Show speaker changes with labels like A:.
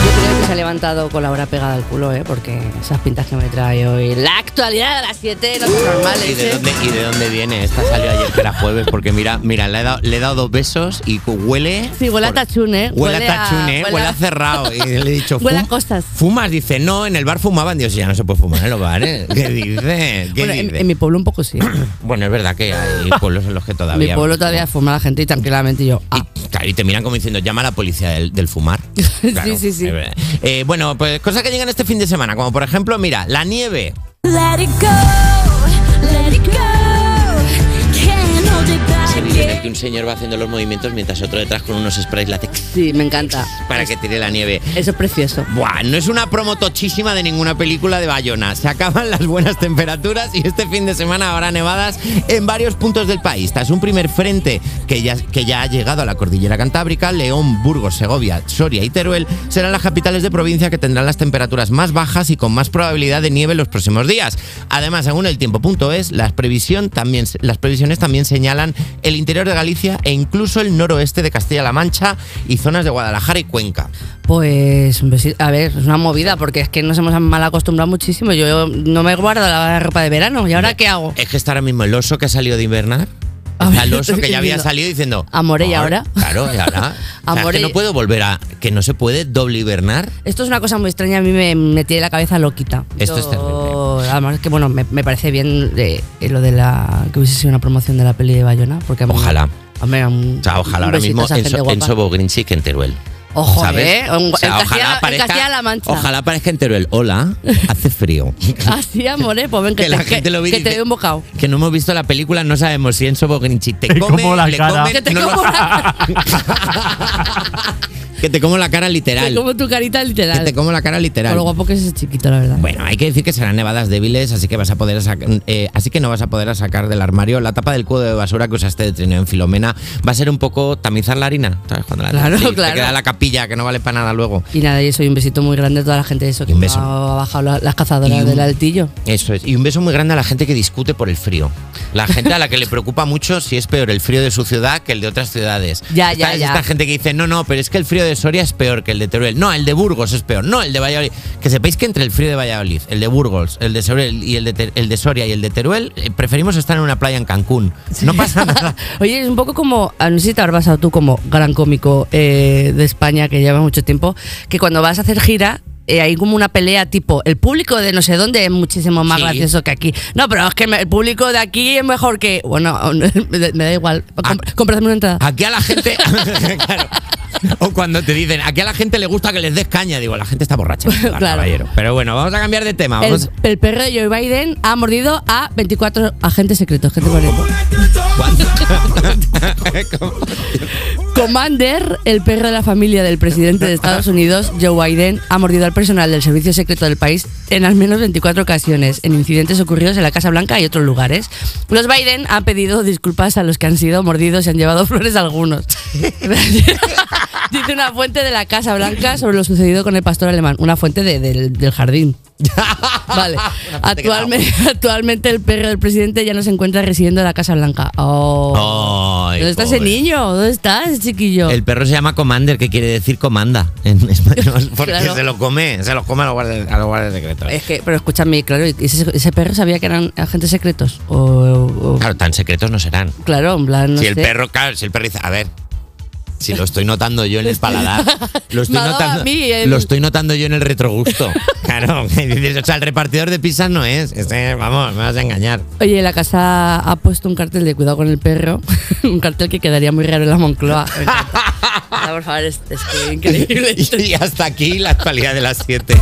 A: Yo creo que se ha levantado con la hora pegada al culo, ¿eh? Porque esas pintas que me trae hoy. La actualidad de las 7, no son normales.
B: ¿Y de,
A: ¿eh?
B: dónde, ¿Y de dónde viene? Esta salió ayer que era jueves, porque mira, mira, le he dado, le he dado dos besos y cu- huele.
A: Sí, huele a
B: por-
A: tachún, ¿eh?
B: Huele, a tachún, ¿eh?
A: huele
B: Huele,
A: a-
B: a cerrado. Y le he dicho,
A: Huele a
B: "Fum-
A: cosas".
B: ¿Fumas? Dice, no, en el bar fumaban. Dios, ya no se puede fumar en los bares. ¿Qué dice? ¿Qué
A: Bueno, en,
B: dice?
A: en mi pueblo un poco sí. En
B: Bueno, es verdad que hay pueblos en los que todavía.
A: mi pueblo todavía fuma la gente y tranquilamente yo.
B: Y,
A: ah.
B: claro, y te miran como diciendo, llama a la policía del, del fumar.
A: Sí,
B: Claro,
A: sí, sí.
B: es verdad. Eh, bueno, pues cosas que llegan este fin de semana, como por ejemplo, mira, la nieve.
C: Let it go, let it go. Can't hold it
B: Ese
C: back.
B: vídeo en el que un señor va haciendo los movimientos mientras otro detrás con unos sprays látex
A: Sí, me encanta.
B: para que tire la nieve.
A: Eso es precioso.
B: Buah, no es una promo tochísima de ninguna película de Bayona. Se acaban las buenas temperaturas y este fin de semana habrá nevadas en varios puntos del país. Tras un primer frente que ya, que ya ha llegado a la cordillera cantábrica, León, Burgos, Segovia, Soria y Teruel serán las capitales de provincia que tendrán las temperaturas más bajas y con más probabilidad de nieve en los próximos días. Además, según el tiempo.es, las, previsión también, las previsiones también señalan el interior de Galicia e incluso el noroeste de Castilla-La Mancha y zonas de Guadalajara y Cuenca.
A: Pues, un besi- a ver, es una movida porque es que nos hemos mal acostumbrado muchísimo. Yo no me guardo la ropa de verano. ¿Y ahora qué hago?
B: Es que está ahora mismo el oso que ha salido de invernar.
A: A
B: Está
A: ver,
B: el oso
A: estoy
B: que ya había
A: viendo.
B: salido diciendo.
A: Amore, ¿y
B: "Ay,
A: ahora?"
B: Claro, y ahora. O sea,
A: Amore,
B: que no
A: y-
B: puedo volver a. Que no se puede doble hibernar.
A: Esto es una cosa muy extraña, a mí me, me tiene la cabeza loquita.
B: Esto es terrible.
A: Además que, bueno, me, me parece bien eh, lo de la... que hubiese sido una promoción de la peli de Bayona. Porque a mí-
B: Ojalá.
A: Hombre, un-
B: O sea, ojalá
A: un
B: ahora
A: besito
B: mismo
A: a esa
B: en,
A: gente
B: So- en
A: guapa.
B: Sobo Green Chic en Teruel.
A: Ojo,
B: ¿Sabes?
A: ¿eh? En-
B: O sea,
A: en Castilla- en Castilla-La Mancha.
B: Ojalá parezca en Teruel. Hola, hace frío.
A: Así, amor, ¿eh? Pues ven que,
B: Que la
A: te, que-
B: gente lo ve y
A: que te
B: dice-
A: dé un bocado.
B: Que no hemos visto la película, no sabemos si en Sobo Green Chic te
D: Te
B: come,
D: como la
B: le
D: cara.
B: comen,
A: Que te
B: no lo-
A: como, la-
B: que te como la cara
A: te
B: literal.
A: como tu carita
B: Que
A: literal.
B: te como la cara
A: Con
B: literal.
A: lo guapo que es ese chiquito, la verdad.
B: Bueno, hay que decir que serán nevadas débiles, así que vas a poder sac- eh, así que no vas a poder sacar del armario la tapa del cubo de basura que usaste de trineo en Filomena. Va a ser un poco tamizar la harina, ¿sabes? Cuando la
A: Claro,
B: sí, te
A: claro.
B: queda la capilla que no vale para nada luego.
A: Y nada, y soy un besito muy grande a toda la gente de eso que
B: Y un beso.
A: ha bajado la- las
B: Y
A: cazadoras
B: un-
A: del altillo.
B: Eso es. Y un beso muy grande a la gente que discute por el frío. La gente a la que le preocupa mucho si es peor el frío de su ciudad que el de otras ciudades.
A: Ya, ya,
B: Esta-
A: ya.
B: Esta gente que dice, no, no, pero es que el frío de Soria es peor que el de Teruel. No, el de Burgos es peor. No, el de Valladolid. Que sepáis que entre el frío de Valladolid, el de Burgos, el de Soria y el de, Ter- el de Soria y el de Teruel, eh, preferimos estar en una playa en Cancún. No pasa nada.
A: Oye, es un poco como, ah, no sé si te habrás pasado tú como gran cómico eh, de España que lleva mucho tiempo, que cuando vas a hacer gira eh, hay como una pelea tipo, el público de no sé dónde es muchísimo más
B: Sí.
A: gracioso que aquí. No, pero es que me- el público de aquí es mejor que... Bueno, me da- me da igual. Com-
B: Ah.
A: cómprasme una entrada.
B: Aquí a la gente. Claro. O cuando te dicen, aquí a la gente le gusta que les des caña, digo, la gente está borracha.
A: Claro.
B: caballero. Pero bueno, vamos a cambiar de tema.
A: El,
B: ah, Vamos.
A: el perro de Joe Biden ha mordido a 24 agentes secretos. ¿Qué te parece? Commander, el perro de la familia del presidente de Estados Unidos, Joe Biden, ha mordido al personal del servicio secreto del país en al menos 24 ocasiones, en incidentes ocurridos en la Casa Blanca y otros lugares. Los Biden han pedido disculpas a los que han sido mordidos y han llevado flores a algunos. Dice una fuente de la Casa Blanca sobre lo sucedido con el pastor alemán, una fuente de- del- del jardín. Vale. Actualmente, actualmente el perro del presidente ya no se encuentra residiendo en la Casa Blanca. Oh.
B: Ay,
A: ¿Dónde está ese
B: pobre.
A: niño? ¿Dónde está ese chiquillo?
B: El perro se llama Commander, que quiere decir comanda en español. Porque
A: Claro. Eh.
B: se lo come, se lo come a los guardias, a los guardias secretos.
A: Es que, pero escúchame, claro, ¿y ese, ese perro sabía que eran agentes secretos. O, o-
B: Claro, tan secretos no serán.
A: claro, en plan, no
B: si el
A: sé.
B: perro, claro, si el perro dice, a ver. Si lo estoy notando yo en el paladar, lo estoy,
A: Me ha dado
B: notando,
A: a mí el-
B: lo estoy notando yo en el retrogusto. Claro, que dices, o sea, el repartidor de pizzas no es. Ese, vamos, me vas a engañar.
A: Oye, la casa ha puesto un cartel de cuidado con el perro. un cartel que quedaría muy raro en la Moncloa. Me encanta. O sea, por favor, es, es que increíble.
B: y hasta aquí la actualidad de las 7.